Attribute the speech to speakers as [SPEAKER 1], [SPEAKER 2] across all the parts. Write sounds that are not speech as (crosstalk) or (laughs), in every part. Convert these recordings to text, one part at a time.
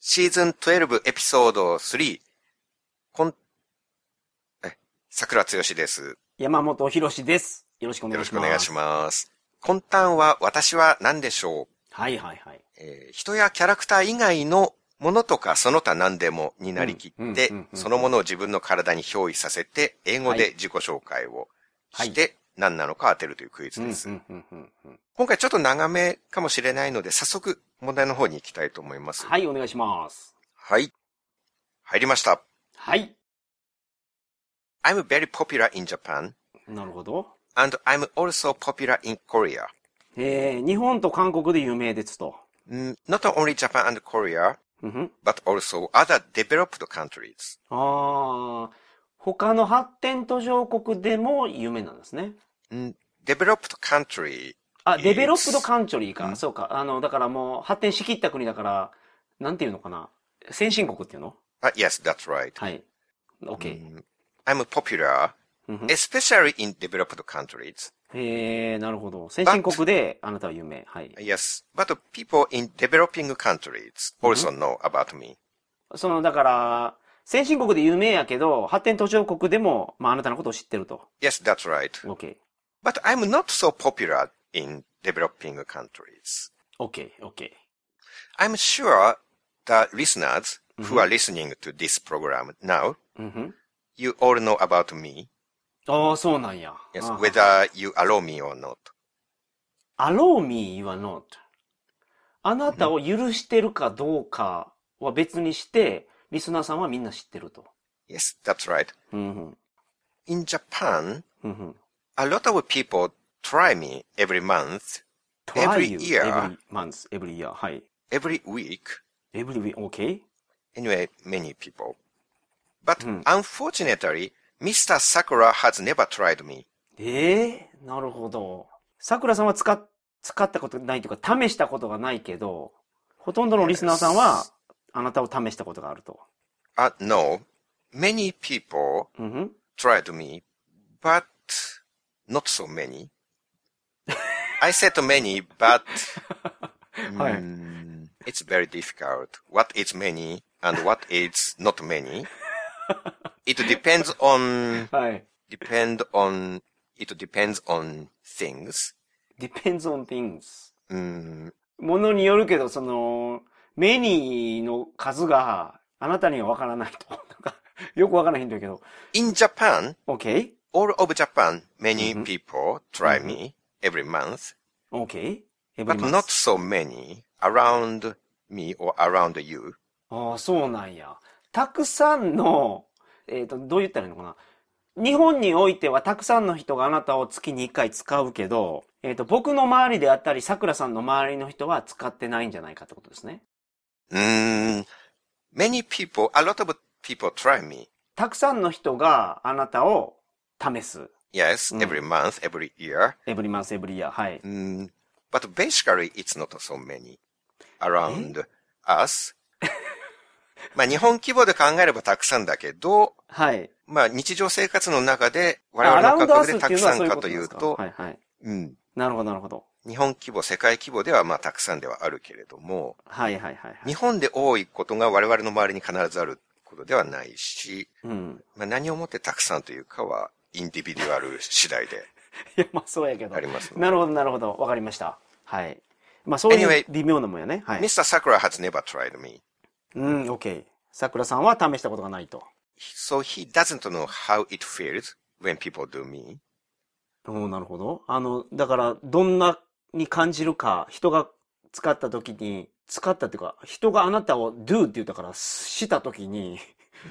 [SPEAKER 1] シーズン12エピソード3、こん、え、桜つよしです。
[SPEAKER 2] 山本博史です。よろしくお
[SPEAKER 1] よ
[SPEAKER 2] 願
[SPEAKER 1] ろ
[SPEAKER 2] い
[SPEAKER 1] し
[SPEAKER 2] し
[SPEAKER 1] く
[SPEAKER 2] ま
[SPEAKER 1] お
[SPEAKER 2] す。
[SPEAKER 1] 願いします。混沌は私は何でしょう
[SPEAKER 2] はいはいはい。
[SPEAKER 1] えー人やキャラクター以外のものとかその他何でもになりき
[SPEAKER 2] う
[SPEAKER 1] っ
[SPEAKER 2] んうんうん
[SPEAKER 1] て
[SPEAKER 2] うん、
[SPEAKER 1] そのものを自分の体に憑依させて、英語で自己紹介をして、何なのか当てるというクイズ
[SPEAKER 2] うん
[SPEAKER 1] です
[SPEAKER 2] う。んうんうんうん
[SPEAKER 1] 今回ちょっと長めかもしれないので、早速問題の方に行きたいと思います。
[SPEAKER 2] はい、お願いします。
[SPEAKER 1] はい。入りました。
[SPEAKER 2] はい。
[SPEAKER 1] I'm very popular in Japan,
[SPEAKER 2] なるほど。
[SPEAKER 1] and I'm also popular in Korea.
[SPEAKER 2] えー、日本と韓国で有名ですと。
[SPEAKER 1] Mm, Not only Japan and Korea,
[SPEAKER 2] うんふん
[SPEAKER 1] but also other developed countries.
[SPEAKER 2] あー、他の発展途上国でも有名なんですね。
[SPEAKER 1] Mm, Developed country
[SPEAKER 2] あ、
[SPEAKER 1] Yes
[SPEAKER 2] デベロップドカントリー
[SPEAKER 1] うん
[SPEAKER 2] か。そうか。あの、だからもう発展しきった国だから、なんていうのかな。先進国っていうの
[SPEAKER 1] Uh, yes, that's right.
[SPEAKER 2] はい。OK。
[SPEAKER 1] Mm, I'm popular,
[SPEAKER 2] うんふん
[SPEAKER 1] especially in developed countries.
[SPEAKER 2] えー、なるほど。先進国であなたは有名。はい。
[SPEAKER 1] Yes, but people in developing countries also know about me.
[SPEAKER 2] その、だから、先進国で有名やけど、発展途上国でも、まあ、あなたのことを知ってると。
[SPEAKER 1] Yes, that's right.
[SPEAKER 2] OK。
[SPEAKER 1] But I'm not so popular in developing countries.
[SPEAKER 2] OK。OK。
[SPEAKER 1] I'm sure the listeners who
[SPEAKER 2] Mhm.
[SPEAKER 1] are listening to this program now,
[SPEAKER 2] うんふん。
[SPEAKER 1] you all know about me.
[SPEAKER 2] ああ、そうなんや。
[SPEAKER 1] Yes,
[SPEAKER 2] ああ
[SPEAKER 1] whether you allow me or not.
[SPEAKER 2] Allow me, you are not. あなたを許してるかどうかは別にして、リスナーさんはみんな知ってると。
[SPEAKER 1] Yes, that's right.
[SPEAKER 2] うんふん。
[SPEAKER 1] In Japan,
[SPEAKER 2] うんふん。
[SPEAKER 1] a lot of people try me every month, Every
[SPEAKER 2] Try you
[SPEAKER 1] year.
[SPEAKER 2] every month, every year. はい。
[SPEAKER 1] every week.
[SPEAKER 2] Every week, OK?
[SPEAKER 1] Anyway, many people. But
[SPEAKER 2] Hmm.
[SPEAKER 1] unfortunately, Mr. Sakura has never tried me.
[SPEAKER 2] ええなるほど。桜さんは使っ、使ったことないというか、試したことがないけど、ほとんどのリスナーさんは、あなたを試したことがあると。
[SPEAKER 1] Uh, no, many people
[SPEAKER 2] うんふん
[SPEAKER 1] tried me, but not so many. I said many, but
[SPEAKER 2] Hi.
[SPEAKER 1] mm, it's very difficult. What is many and what is not
[SPEAKER 2] (laughs)
[SPEAKER 1] many? It depends on
[SPEAKER 2] はい。
[SPEAKER 1] depend on it depends on things.
[SPEAKER 2] depends on things.
[SPEAKER 1] Mm,
[SPEAKER 2] ものによるけど、その、メニーの数があなたにはわからないと。なんか、よくわからへんだけど。
[SPEAKER 1] in Japan,
[SPEAKER 2] OK?OK?、
[SPEAKER 1] all of Japan, many
[SPEAKER 2] Mhm.
[SPEAKER 1] people try
[SPEAKER 2] Mhm.
[SPEAKER 1] me every month,
[SPEAKER 2] OK? Every
[SPEAKER 1] but
[SPEAKER 2] month.
[SPEAKER 1] not so many around me or around you.
[SPEAKER 2] ああ、そうなんや。たくさんの、えっと、どう言ったらいいのかな。日本においてはたくさんの人があなたを月に1回使うけど、えっと、僕の周りであったり、さくらさんの周りの人は使ってないんじゃないかってことですね。
[SPEAKER 1] Mm, many people, a lot of people try me.
[SPEAKER 2] たくさんの人があなたを試す。
[SPEAKER 1] Yes,
[SPEAKER 2] Mm.
[SPEAKER 1] every month, every year.
[SPEAKER 2] エブリマンス、エブリヤー。はい。
[SPEAKER 1] Mm, but basically, it's not so many around us. (laughs) まあ、日本規模で考えればたくさんだけど、
[SPEAKER 2] はい。
[SPEAKER 1] まあ、日常生活の中で、我
[SPEAKER 2] あア
[SPEAKER 1] 々
[SPEAKER 2] ラウ
[SPEAKER 1] の
[SPEAKER 2] ンド
[SPEAKER 1] 感
[SPEAKER 2] アー
[SPEAKER 1] 覚
[SPEAKER 2] ス
[SPEAKER 1] で
[SPEAKER 2] って
[SPEAKER 1] たくさん
[SPEAKER 2] いうのはそういう
[SPEAKER 1] か
[SPEAKER 2] ことと
[SPEAKER 1] い
[SPEAKER 2] で
[SPEAKER 1] う
[SPEAKER 2] すか。
[SPEAKER 1] と
[SPEAKER 2] は、いはい。
[SPEAKER 1] うん、
[SPEAKER 2] なるほど、なるほど。
[SPEAKER 1] 日本規模、世界規模ではまあたくさんではあるけれども、
[SPEAKER 2] はいはいはいはい。
[SPEAKER 1] 日本で多いことが我々の周りに必ずあることではないし、
[SPEAKER 2] うん。
[SPEAKER 1] まあ、何をもってたくさんというかは、インディビデュアル次第で
[SPEAKER 2] いや、まあそうやけど
[SPEAKER 1] あ。りますので。
[SPEAKER 2] なるほど、なるほど。わかりました。はい。まあ、そういう
[SPEAKER 1] Anyway
[SPEAKER 2] 微妙なもんやね。はい。
[SPEAKER 1] Mr. Sakura has never tried me,
[SPEAKER 2] うん、OK。桜さんは試したことがないと。
[SPEAKER 1] so he doesn't know how it feels when people do me.
[SPEAKER 2] おーなるほど。あの、だから、どんなに感じるか、人が使った時に、使ったっていうか、人があなたを do って言ったから、した時に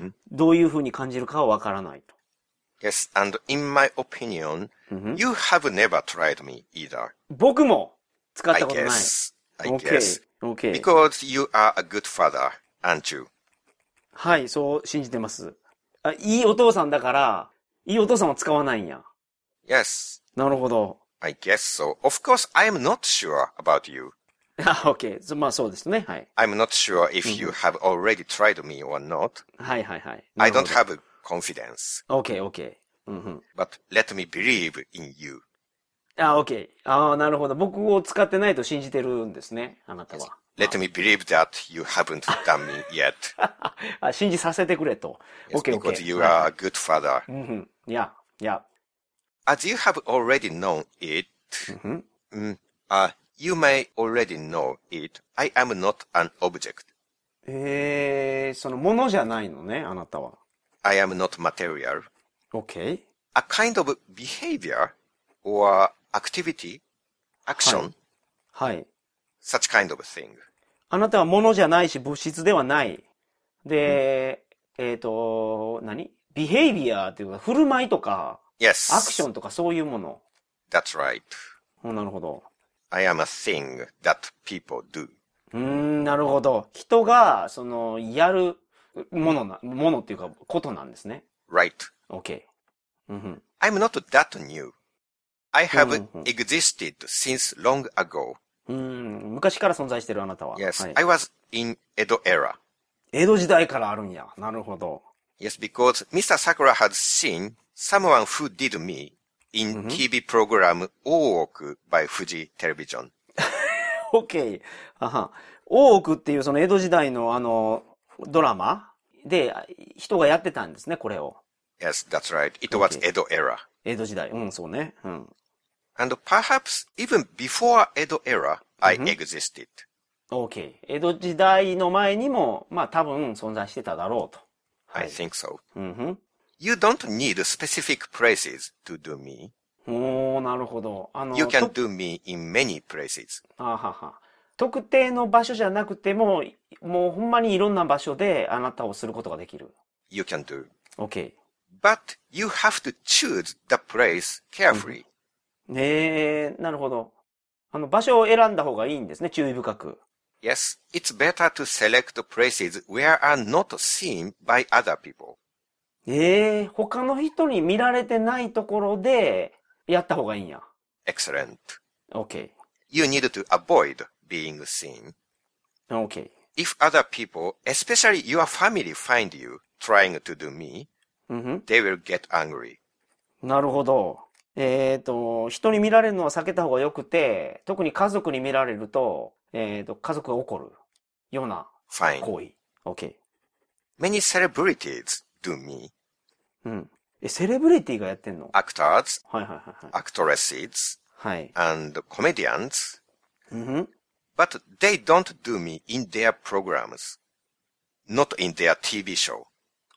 [SPEAKER 1] うん、
[SPEAKER 2] どういう風に感じるかはわからないと。
[SPEAKER 1] Yes, and in my opinion,
[SPEAKER 2] うんふん
[SPEAKER 1] you have never tried me either.
[SPEAKER 2] 僕も使っ
[SPEAKER 1] I
[SPEAKER 2] たことない。
[SPEAKER 1] guess. I guess.
[SPEAKER 2] OK。OK。
[SPEAKER 1] Because you are a good father, aren't you?
[SPEAKER 2] はい、そう信じてます。あ、いいお父さんだから、いいお父さんは使わないんや。
[SPEAKER 1] Yes.
[SPEAKER 2] なるほど。
[SPEAKER 1] I guess so. Of course, I'm not sure about you.
[SPEAKER 2] (laughs) あ、OK。そまあそうですね。はい。
[SPEAKER 1] I'm not sure if you have already tried me or not.
[SPEAKER 2] はいはいはい。
[SPEAKER 1] I don't have confidence,
[SPEAKER 2] OK, OK. うんうん。
[SPEAKER 1] but let me believe in you.
[SPEAKER 2] あ、OK。ああ、なるほど。僕を使ってないと信じてるんですね。あなたは。
[SPEAKER 1] Let me believe that you haven't done me yet.
[SPEAKER 2] あ、信じさせてくれと。
[SPEAKER 1] Yes,
[SPEAKER 2] OK,
[SPEAKER 1] because
[SPEAKER 2] OK.
[SPEAKER 1] you are a good father.
[SPEAKER 2] うんうん。いや、いや。
[SPEAKER 1] As Uh, you have already known it,
[SPEAKER 2] うん。
[SPEAKER 1] mm, uh, you may already know it. I am not an object.
[SPEAKER 2] えー、その、ものじゃないのね、あなたは。
[SPEAKER 1] I am not material.
[SPEAKER 2] OK?
[SPEAKER 1] A kind of behavior or activity, action,
[SPEAKER 2] はい。
[SPEAKER 1] such kind of thing.
[SPEAKER 2] あなたは物じゃないし物質ではない。で、えっ、と、何ビヘイビアっていうか、振る舞いとか、
[SPEAKER 1] Yes.
[SPEAKER 2] アクションとかそういうもの。
[SPEAKER 1] That's right.
[SPEAKER 2] うんなるほど。
[SPEAKER 1] I am a thing that people do.
[SPEAKER 2] うーん、なるほど。人が、その、やるものな、ものっていうか、ことなんですね。
[SPEAKER 1] Right.
[SPEAKER 2] OK。うんうん、
[SPEAKER 1] I'm not that new. I have
[SPEAKER 2] Mhm.
[SPEAKER 1] existed since long ago.
[SPEAKER 2] うーん昔から存在してるあなたは。
[SPEAKER 1] Yes,
[SPEAKER 2] はい
[SPEAKER 1] I was in Edo era.
[SPEAKER 2] 江戸時代からあるんや。なるほど。
[SPEAKER 1] Yes, because Mr. Sakura had seen someone who did me in TV program Owoku by Fuji Television.
[SPEAKER 2] OK。あはん。大奥っていうその江戸時代のあの、ドラマで、人がやってたんですね、これを。
[SPEAKER 1] Yes, that's right. It was
[SPEAKER 2] Okay.
[SPEAKER 1] Edo era.
[SPEAKER 2] 江戸時代。うん、そうね。うん。
[SPEAKER 1] And perhaps even before Edo era, I existed.
[SPEAKER 2] OK。江戸時代の前にも、まあ多分存在してただろうと。は
[SPEAKER 1] I
[SPEAKER 2] い。
[SPEAKER 1] think so.
[SPEAKER 2] うんふん。
[SPEAKER 1] You don't need specific places to do me.
[SPEAKER 2] おー、なるほど。あの、
[SPEAKER 1] You can
[SPEAKER 2] と
[SPEAKER 1] do me in many places.
[SPEAKER 2] あはは。特定の場所じゃなくても、もうほんまにいろんな場所であなたをすることができる。
[SPEAKER 1] You can do.
[SPEAKER 2] OK。
[SPEAKER 1] But you have to choose the place carefully.
[SPEAKER 2] えー、なるほど。あの、場所を選んだ方がいいんですね、注意深く。
[SPEAKER 1] Yes, it's better to select places where are not seen by other people.
[SPEAKER 2] ええ他の人に見られてないところでやった方がいいんや。
[SPEAKER 1] Excellent.
[SPEAKER 2] OK。
[SPEAKER 1] You need to avoid being seen.
[SPEAKER 2] OK。
[SPEAKER 1] If other people, especially your family, find you trying to do me,
[SPEAKER 2] うんふん
[SPEAKER 1] they will get angry.
[SPEAKER 2] なるほど。えっと、人に見られるのは避けた方が良くて、特に家族に見られると、えっと、家族が怒るような
[SPEAKER 1] Fine.
[SPEAKER 2] 行為。OK。
[SPEAKER 1] Many celebrities do me.
[SPEAKER 2] うん。え、セレブリティがやってんの
[SPEAKER 1] Actors,
[SPEAKER 2] はいはいはいはい。
[SPEAKER 1] actresses,
[SPEAKER 2] はい。
[SPEAKER 1] and comedians.
[SPEAKER 2] うんふん
[SPEAKER 1] But they don't do me in their programs. Not in their TV show.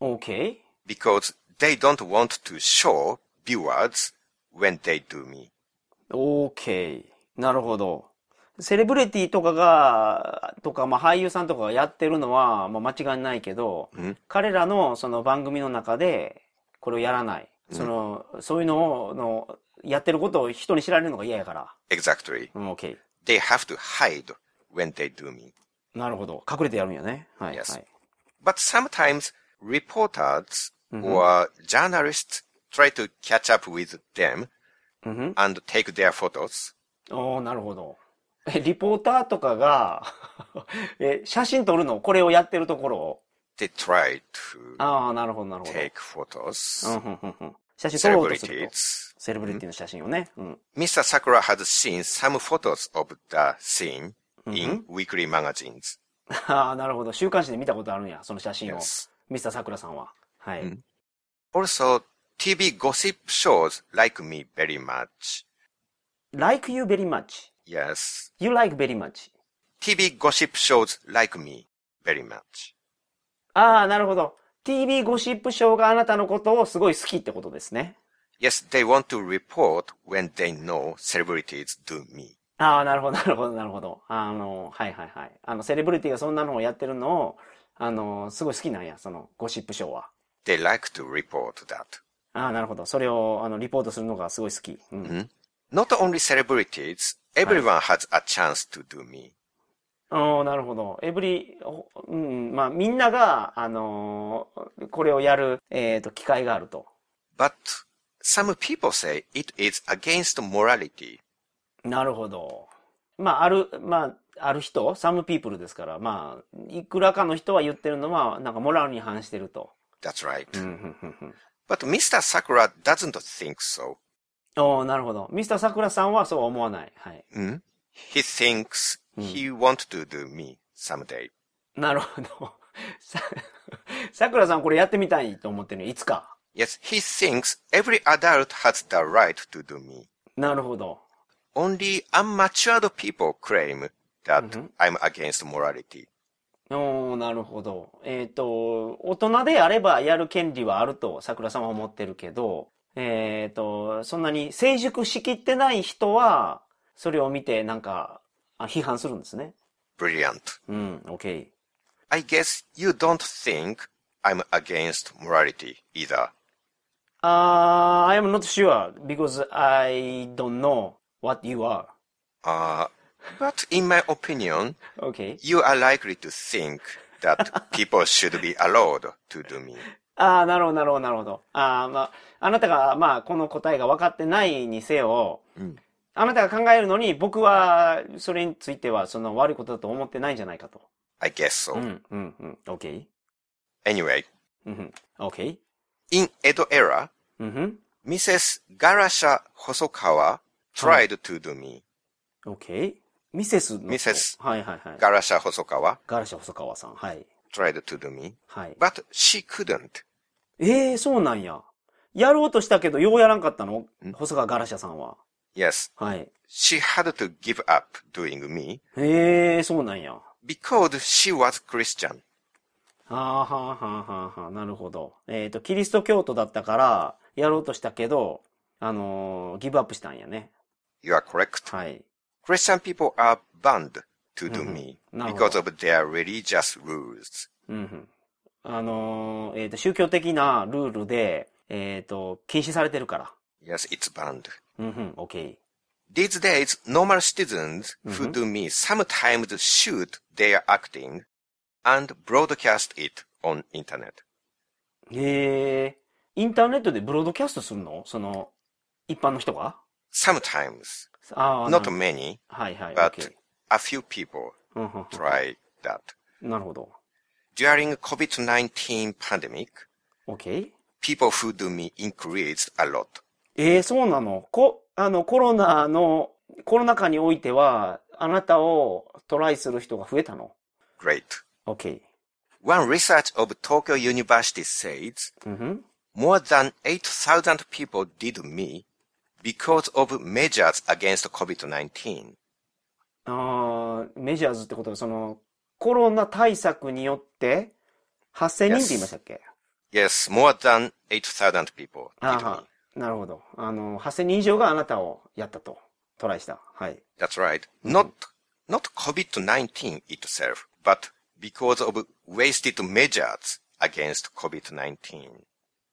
[SPEAKER 2] OK。
[SPEAKER 1] because they don't want to show viewers when they do me.
[SPEAKER 2] OK。なるほど。セレブリティとかが、とか、まあ、俳優さんとかがやってるのは、まあ、間違いないけど、
[SPEAKER 1] ん
[SPEAKER 2] 彼らのその番組の中で、これをやらない。その、そういうのを、の、やってることを人に知られるのが嫌やから。
[SPEAKER 1] Exactly.
[SPEAKER 2] うん、OK。
[SPEAKER 1] They have to hide when they do me.
[SPEAKER 2] なるほど。隠れてやるんやね。はい、
[SPEAKER 1] Yes.
[SPEAKER 2] はい。
[SPEAKER 1] But sometimes reporters or journalists try to catch up with them
[SPEAKER 2] うんふん
[SPEAKER 1] and take their photos.
[SPEAKER 2] おー、なるほど。え、リポーターとかが (laughs) え、写真撮るのこれをやってるところを。
[SPEAKER 1] They try to
[SPEAKER 2] ああ、なるほど、なるほど。
[SPEAKER 1] take photos.
[SPEAKER 2] うん、うん、うん、うん。写真撮ろうとすると。
[SPEAKER 1] Celebrities.
[SPEAKER 2] セレブリティの写真をね。うん。
[SPEAKER 1] Mr. Sakura has seen some photos of the scene in weekly magazines.
[SPEAKER 2] ああ、なるほど。週刊誌で見たことあるんや、その写真を。
[SPEAKER 1] Yes.
[SPEAKER 2] ミスターさくらさんは。はい。
[SPEAKER 1] ん Also, TV gossip shows like me very much.
[SPEAKER 2] like you very much.
[SPEAKER 1] Yes.
[SPEAKER 2] You like very much.
[SPEAKER 1] TV gossip shows like me very much.
[SPEAKER 2] ああ、なるほど。TV ゴシップショーがあなたのことをすごい好きってことですね。
[SPEAKER 1] Yes, they want to report when they know celebrities do me.
[SPEAKER 2] ああ、なるほど、 (laughs) なるほど、なるほど。あの、はいはいはい。あの、セレブリティがそんなのをやってるのを、あの、すごい好きなんや、その、ゴシップショーは。
[SPEAKER 1] They like to report that.
[SPEAKER 2] ああ、なるほど。それを、あの、リポートするのがすごい好き。うん。
[SPEAKER 1] Not only celebrities, everyone has a chance to do me.
[SPEAKER 2] おー、なるほど。エブリ、おうん、まあ、みんなが、あのーこれをやる、えっと、機会があると。
[SPEAKER 1] But some people say it is against morality.
[SPEAKER 2] なるほど。まあ、ある、まあ、ある人、サムピープルですから、まあ、いくらかの人は言ってるのは、なんかモラルに反してると。
[SPEAKER 1] That's right.
[SPEAKER 2] うんうんうんうん
[SPEAKER 1] But Mr. Sakura doesn't think so.
[SPEAKER 2] おー、なるほど。ミスターさくらさんはそうは思わない。はい。
[SPEAKER 1] Hmm? He thinks He want to do me someday.
[SPEAKER 2] なるほど。 (laughs) さ、さくらさんこれやってみたいと思ってるのいつか。
[SPEAKER 1] Yes, he thinks every adult has the right to do me.
[SPEAKER 2] なるほど。
[SPEAKER 1] Only unmatured people claim that
[SPEAKER 2] Mhm.
[SPEAKER 1] I'm against morality.
[SPEAKER 2] おーなるほど。えっ、と、大人であればやる権利はあると桜さんは思ってるけど、えっ、と、そんなに成熟しきってない人は、それを見てなんか、あ批判するんですね。
[SPEAKER 1] Brilliant.
[SPEAKER 2] うん、OK。
[SPEAKER 1] I guess you don't think I'm against morality either.
[SPEAKER 2] Uh, I am not sure because I don't know what you are.
[SPEAKER 1] Uh, but in my opinion,
[SPEAKER 2] Okay.
[SPEAKER 1] you are likely to think that people should be allowed to do me.
[SPEAKER 2] ああ、なるほど、なるほど、なるほど。ああ、まあ、あなたが、まあ、この答えが分かってないにせよ、
[SPEAKER 1] うん
[SPEAKER 2] あなたが考えるのに、僕は、それについては、その悪いことだと思ってないんじゃないかと。
[SPEAKER 1] I guess so.
[SPEAKER 2] うん、うん、うん。OK?
[SPEAKER 1] Anyway,
[SPEAKER 2] うんうん、OK?
[SPEAKER 1] in Edo era,
[SPEAKER 2] うんふん、
[SPEAKER 1] Mrs. Garasha Hosokawa tried to do me.
[SPEAKER 2] OK? ミセスの人。
[SPEAKER 1] ミセス
[SPEAKER 2] はいはいはい。
[SPEAKER 1] Garasha Hosokawa
[SPEAKER 2] ガラシャ細川さん。はい。
[SPEAKER 1] tried to do me,
[SPEAKER 2] はい。
[SPEAKER 1] but she couldn't.
[SPEAKER 2] ええー、そうなんや。やろうとしたけど、ようやらんかったの
[SPEAKER 1] ん
[SPEAKER 2] 細川ガラシャさんは。
[SPEAKER 1] Yes,
[SPEAKER 2] はい。
[SPEAKER 1] she had to give up doing me
[SPEAKER 2] ええー、そうなんや。
[SPEAKER 1] because she was Christian.
[SPEAKER 2] はあはあはあはあはあ、なるほど。えっと、キリスト教徒だったから、やろうとしたけど、あのーギブアップしたんやね。
[SPEAKER 1] You are correct.
[SPEAKER 2] はい。
[SPEAKER 1] Christian people are banned to do
[SPEAKER 2] Mhm.
[SPEAKER 1] me
[SPEAKER 2] なるほ
[SPEAKER 1] because
[SPEAKER 2] ど。
[SPEAKER 1] of their religious rules.
[SPEAKER 2] うんうん。あのーえっと、宗教的なルールで、えっと、禁止されてるから。
[SPEAKER 1] Yes, it's banned.
[SPEAKER 2] うんうん、OK。
[SPEAKER 1] These days, normal citizens who
[SPEAKER 2] Mhm.
[SPEAKER 1] do me sometimes shoot their acting and broadcast it on internet.
[SPEAKER 2] へえ、インターネットでブロードキャストするのその、一般の人が
[SPEAKER 1] Sometimes,
[SPEAKER 2] ああ、な
[SPEAKER 1] not
[SPEAKER 2] る
[SPEAKER 1] many,
[SPEAKER 2] はいはい、
[SPEAKER 1] but
[SPEAKER 2] OK。
[SPEAKER 1] a few people
[SPEAKER 2] うんうんう
[SPEAKER 1] try that.
[SPEAKER 2] んなるほど。
[SPEAKER 1] During COVID-19 pandemic,
[SPEAKER 2] OK?
[SPEAKER 1] people who do me increased a lot.
[SPEAKER 2] ええ、そうなの。こ、あの、コロナの、コロナ禍においては、あなたをトライする人が増えたの
[SPEAKER 1] Great.
[SPEAKER 2] ?OK。
[SPEAKER 1] One research of Tokyo University says
[SPEAKER 2] うんふん。
[SPEAKER 1] more than 8,000 people did me because of measures against COVID-19.
[SPEAKER 2] あーメジャーズってことは、その、コロナ対策によって、8000人って言いましたっけ
[SPEAKER 1] Yes, more than 8,000 people
[SPEAKER 2] あ
[SPEAKER 1] did
[SPEAKER 2] ー
[SPEAKER 1] me.
[SPEAKER 2] はなるほど。あの、8000人以上があなたをやったと。トライした。はい。
[SPEAKER 1] That's right. Not, not COVID-19 itself, but because of wasted measures against COVID-19.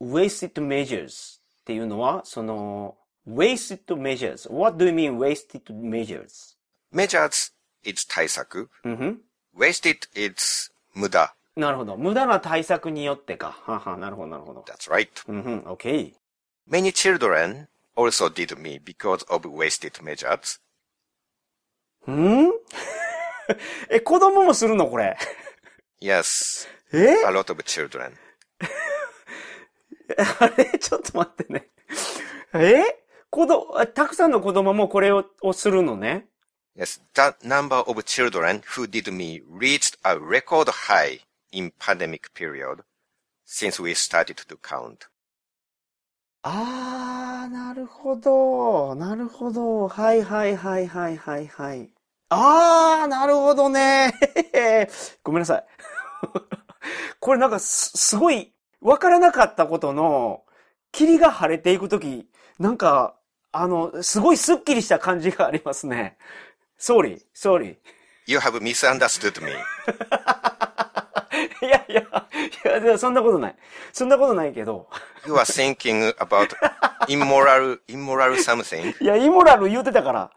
[SPEAKER 2] wasted measures っていうのは、その、wasted measures. What do you mean wasted measures?
[SPEAKER 1] Measures, it's 対策。
[SPEAKER 2] うんふん。
[SPEAKER 1] Wasted, it's 無駄。
[SPEAKER 2] なるほど。無駄な対策によってか。はあはあ、なるほど、なるほど。
[SPEAKER 1] That's right.
[SPEAKER 2] うんうん、OK。
[SPEAKER 1] Many children also did me because of wasted measures.
[SPEAKER 2] ん (laughs) え、子供もするのこれ。
[SPEAKER 1] Yes,
[SPEAKER 2] (laughs) え
[SPEAKER 1] a lot of children.
[SPEAKER 2] あれ (laughs) ちょっと待ってね。え子供、あたくさんの子供もこれををするのね。
[SPEAKER 1] Yes, the number of children who did me reached a record high in pandemic period since we started to count.
[SPEAKER 2] あー、なるほど。なるほど。はいはいはいはいはいはい。あー、なるほどね。 (laughs) ごめんなさい。 (laughs) これなんかす、すごい、わからなかったことの、霧が晴れていくとき、なんか、あの、すごいスッキリした感じがありますね。sorry, sorry.
[SPEAKER 1] You have misunderstood me.
[SPEAKER 2] いやいや、いや、でもそんなことない。そんなことないけど。
[SPEAKER 1] You are thinking about immoral, immoral something.
[SPEAKER 2] いや、イモラル言うてたから。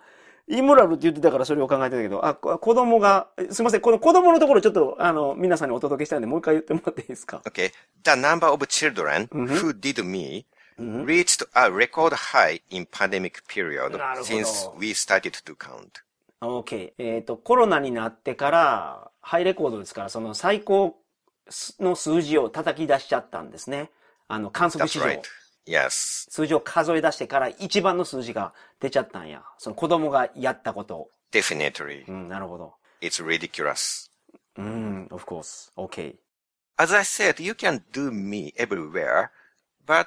[SPEAKER 2] イモラルって言ってたからそれを考えてたけど、あ、こ子供が、えすいません、この子供のところちょっと、あの、皆さんにお届けしたいんで、もう一回言ってもらっていいですか
[SPEAKER 1] Okay. The number of children who did me reached a record high in pandemic period
[SPEAKER 2] なるほど。
[SPEAKER 1] since we started to count.
[SPEAKER 2] ?OK。えっ、と、コロナになってから、ハイレコードですから、その最高の数字を叩き出しちゃったんですね。あの、観測
[SPEAKER 1] That's
[SPEAKER 2] 史上。
[SPEAKER 1] right. Yes.
[SPEAKER 2] 数字を数え出してから一番の数字が出ちゃったんや。その子供がやったこと。
[SPEAKER 1] Definitely.
[SPEAKER 2] うん、なるほど。
[SPEAKER 1] It's ridiculous.
[SPEAKER 2] うん、of course. Okay.
[SPEAKER 1] As I said, you can do me everywhere, but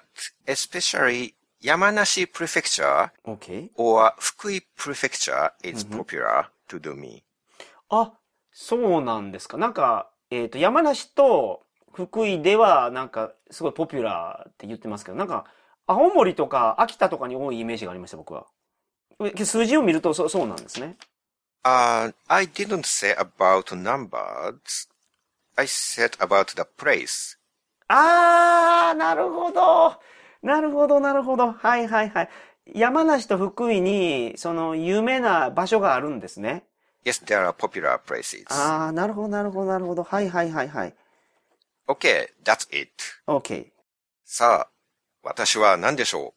[SPEAKER 1] especially Yamanashi Prefecture
[SPEAKER 2] Okay.
[SPEAKER 1] or Fukui Prefecture is popular to do me.
[SPEAKER 2] あ、そうなんですか。なんか、えっと、山梨と福井では、なんか、すごいポピュラーって言ってますけど、なんか、青森とか秋田とかに多いイメージがありました、僕は。え数字を見ると、そう、そうなんですね。
[SPEAKER 1] Uh, I didn't say about numbers. I said about the place.
[SPEAKER 2] あー、なるほど。なるほど、なるほど。はいはいはい。山梨と福井に、その、有名な場所があるんですね。
[SPEAKER 1] Yes, there are popular places.
[SPEAKER 2] あー、なるほど、なるほど、なるほど。はいはいはいはい。
[SPEAKER 1] Okay, that's it.
[SPEAKER 2] OK。
[SPEAKER 1] さあ、私は何でしょ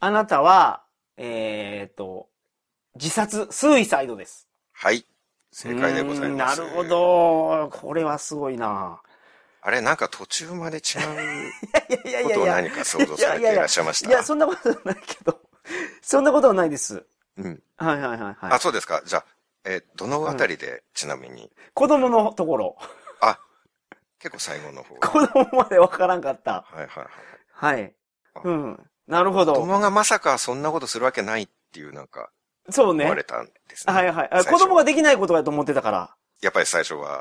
[SPEAKER 2] あなたは、えーと、自殺、スーイサイドです。
[SPEAKER 1] うはい。正解でございます。
[SPEAKER 2] うーんなるほ。ど。これはすごいな。
[SPEAKER 1] あれ、なんか途中まで違う
[SPEAKER 2] いやい
[SPEAKER 1] ことを何か想像されていらっしゃいまし
[SPEAKER 2] いや、
[SPEAKER 1] た。
[SPEAKER 2] そんなことはないけど。 (laughs) そんなことはないです。
[SPEAKER 1] うん。
[SPEAKER 2] はいはいはいは
[SPEAKER 1] あ、
[SPEAKER 2] い。
[SPEAKER 1] そうですか。じゃあ、えーどのあたりで、ちなみに。
[SPEAKER 2] 子供のところ。 (laughs)
[SPEAKER 1] あ、結構最後の方。
[SPEAKER 2] 子供までわからんかった。
[SPEAKER 1] はいはいはい。
[SPEAKER 2] はい。うん。なるほ
[SPEAKER 1] 子
[SPEAKER 2] ど。
[SPEAKER 1] 供がまさかそんなことするわけないっていう、なんか、
[SPEAKER 2] そう
[SPEAKER 1] 思
[SPEAKER 2] ね
[SPEAKER 1] わ。れたんですね。
[SPEAKER 2] はいはい
[SPEAKER 1] 最
[SPEAKER 2] あ。
[SPEAKER 1] 初
[SPEAKER 2] 子供ができないことだと思ってたから。
[SPEAKER 1] やっぱり最初
[SPEAKER 2] (laughs)
[SPEAKER 1] は、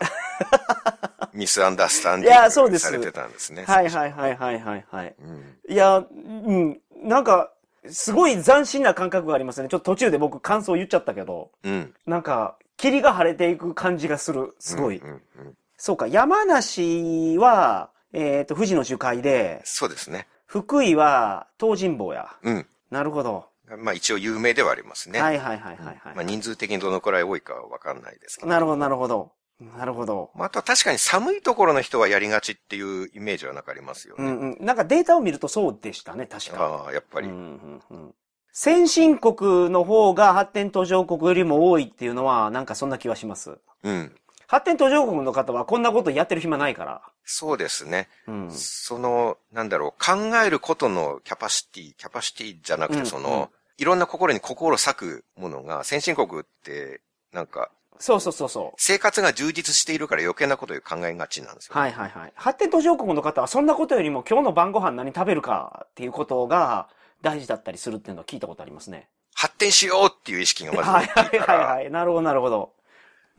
[SPEAKER 1] ミスアンダースタンデ
[SPEAKER 2] いやそ
[SPEAKER 1] ィ
[SPEAKER 2] う
[SPEAKER 1] ング
[SPEAKER 2] です
[SPEAKER 1] されてたんですね。
[SPEAKER 2] はいはいはいはいはいはい。
[SPEAKER 1] うん。
[SPEAKER 2] いや、うん。なんか、すごい斬新な感覚がありますね。ちょっと途中で僕感想言っちゃったけど。
[SPEAKER 1] うん。
[SPEAKER 2] なんか、霧が晴れていく感じがする。すごい。
[SPEAKER 1] うんうんうん
[SPEAKER 2] そうか、山梨は、えっ、と、富士の樹海で、
[SPEAKER 1] そうですね。
[SPEAKER 2] 福井は東尋坊や。
[SPEAKER 1] うん。
[SPEAKER 2] なるほど。
[SPEAKER 1] まあ一応有名ではありますね。
[SPEAKER 2] はいはいはいはい、はい
[SPEAKER 1] まあ人数的にどのくらい多いかはわかんないですけど。
[SPEAKER 2] なるほどなるほど。なるほど。
[SPEAKER 1] まあ、あとは確かに寒いところの人はやりがちっていうイメージはなんかありますよ
[SPEAKER 2] う
[SPEAKER 1] ね。
[SPEAKER 2] んうん。なんかデータを見るとそうでしたね、確か。
[SPEAKER 1] ああ、やっぱり。
[SPEAKER 2] うんうんうん先進国の方が発展途上国よりも多いっていうのは、なんかそんな気はします。
[SPEAKER 1] うん。
[SPEAKER 2] 発展途上国の方はこんなことやってる暇ないから。
[SPEAKER 1] そうですね。
[SPEAKER 2] うん。
[SPEAKER 1] その、なんだろう、考えることのキャパシティ、キャパシティじゃなく
[SPEAKER 2] うん
[SPEAKER 1] て、その、いろんな心に心咲くものが、先進国って、なんか、
[SPEAKER 2] そうそうそうそう。
[SPEAKER 1] 生活が充実しているから余計なことを考えがちなんですよ。
[SPEAKER 2] はいはいはい。発展途上国の方はそんなことよりも今日の晩ご飯何食べるかっていうことが大事だったりするっていうのは聞いたことありますね。
[SPEAKER 1] 発展しようっていう意識がまず
[SPEAKER 2] はい
[SPEAKER 1] 大
[SPEAKER 2] は
[SPEAKER 1] き
[SPEAKER 2] い
[SPEAKER 1] いか
[SPEAKER 2] はい
[SPEAKER 1] ら、
[SPEAKER 2] はい。なるほどなるほど。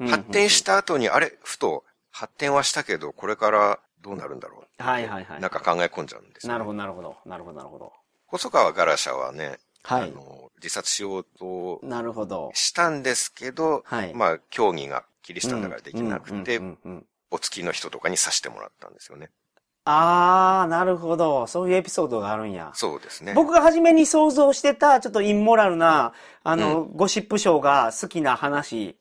[SPEAKER 2] うんうん
[SPEAKER 1] 発展した後に、あれ、ふと、発展はしたけど、これからどうなるんだろ
[SPEAKER 2] はいはいは
[SPEAKER 1] う。
[SPEAKER 2] い。
[SPEAKER 1] なんか考え込んじゃうんですよ、
[SPEAKER 2] なるほどなるほど。なるほどなるほど。
[SPEAKER 1] 細川ガラシャはね、
[SPEAKER 2] は
[SPEAKER 1] あ
[SPEAKER 2] い。
[SPEAKER 1] の、自殺しようと
[SPEAKER 2] なるほど。
[SPEAKER 1] したんですけど、
[SPEAKER 2] はい。
[SPEAKER 1] まあ、競技がキリシタンだからできなくて、
[SPEAKER 2] うんうんうんうん
[SPEAKER 1] お付きの人とかに刺してもらったんですよね。
[SPEAKER 2] あー、なるほど。そういうエピソードがあるんや。
[SPEAKER 1] そうですね。
[SPEAKER 2] 僕が初めに想像してた、ちょっとインモラルな、あの、ゴシップショーが好きな話、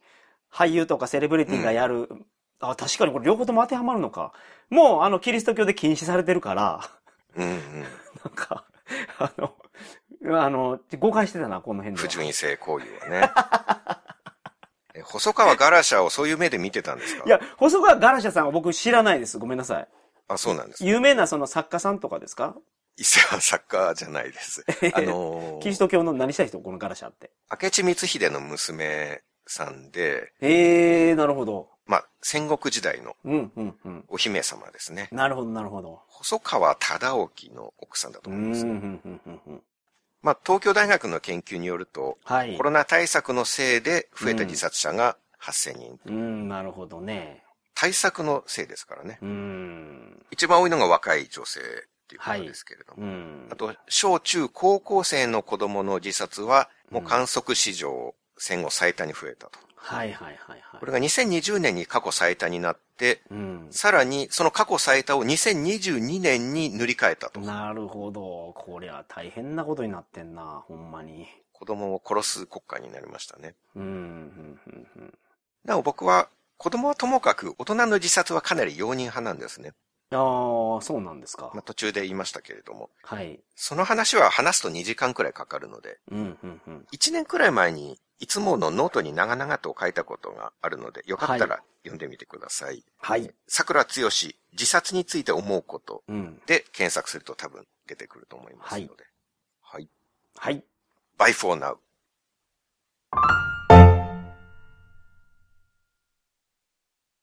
[SPEAKER 2] 俳優とかセレブリティがやる、あ、確かにこれ両方とも当てはまるのか。もう、あの、キリスト教で禁止されてるから、 (laughs)
[SPEAKER 1] うんうん。
[SPEAKER 2] なんか、あの、あの、誤解してたな、この辺で
[SPEAKER 1] 不
[SPEAKER 2] は。
[SPEAKER 1] 純性行為は
[SPEAKER 2] (laughs)
[SPEAKER 1] ね。え細川ガラシャをそういう目で見てたんですか
[SPEAKER 2] いや、細川ガラシャさんは僕知らないです。ごめんなさい。
[SPEAKER 1] あ、そうなんです。
[SPEAKER 2] 有名なその作家さんとかですか
[SPEAKER 1] 伊勢はサッカーじゃない
[SPEAKER 2] (laughs)
[SPEAKER 1] です。あの
[SPEAKER 2] キリ
[SPEAKER 1] ー、
[SPEAKER 2] スト教の何したい人このガラシャって。
[SPEAKER 1] 明智光秀の娘さんで、
[SPEAKER 2] えー、なるほど。
[SPEAKER 1] まあ、戦国時代の
[SPEAKER 2] うん、うん、うん。
[SPEAKER 1] お姫様ですね。
[SPEAKER 2] なるほど、なるほど。
[SPEAKER 1] 細川忠興の奥さんだと
[SPEAKER 2] う
[SPEAKER 1] 思いう
[SPEAKER 2] ん、
[SPEAKER 1] ま
[SPEAKER 2] ん、
[SPEAKER 1] す。
[SPEAKER 2] うん、うん、うん。
[SPEAKER 1] まあ、東京大学の研究によると、
[SPEAKER 2] はい
[SPEAKER 1] コ。ロナ対策のせいで増えた自殺者が8000人。
[SPEAKER 2] うん、なるほどね。
[SPEAKER 1] 対策のせいですからね。
[SPEAKER 2] うん。
[SPEAKER 1] 一番多いのが若い女性っていうことですけれども。
[SPEAKER 2] うん
[SPEAKER 1] あ。と、小中高校生の子供の自殺は、もう観測史上戦後最多に増えたと。
[SPEAKER 2] はいはいはいはい。
[SPEAKER 1] これが2020年に過去最多になって、
[SPEAKER 2] うん。
[SPEAKER 1] さらにその過去最多を2022年に塗り替えたと。
[SPEAKER 2] なるほど。こりゃ大変なことになってんな、ほんまに。
[SPEAKER 1] 子供を殺す国家になりましたね。
[SPEAKER 2] うん、うん、うん、うん。
[SPEAKER 1] なお僕は、子供はともかく、大人の自殺はかなり容認派なんですね。
[SPEAKER 2] ああ、そうなんですか
[SPEAKER 1] まあ、。途中で言いましたけれども。
[SPEAKER 2] はい。
[SPEAKER 1] その話は話すと2時間くらいかかるので、
[SPEAKER 2] うん、うん、うん。
[SPEAKER 1] 1年くらい前に、いつものノートに長々と書いたことがあるので、よかったら読んでみてください。
[SPEAKER 2] はい。
[SPEAKER 1] 桜つよし、自殺について思うこと
[SPEAKER 2] うん。
[SPEAKER 1] で検索すると多分出てくると思いますので。はい。
[SPEAKER 2] はい。
[SPEAKER 1] Bye for now.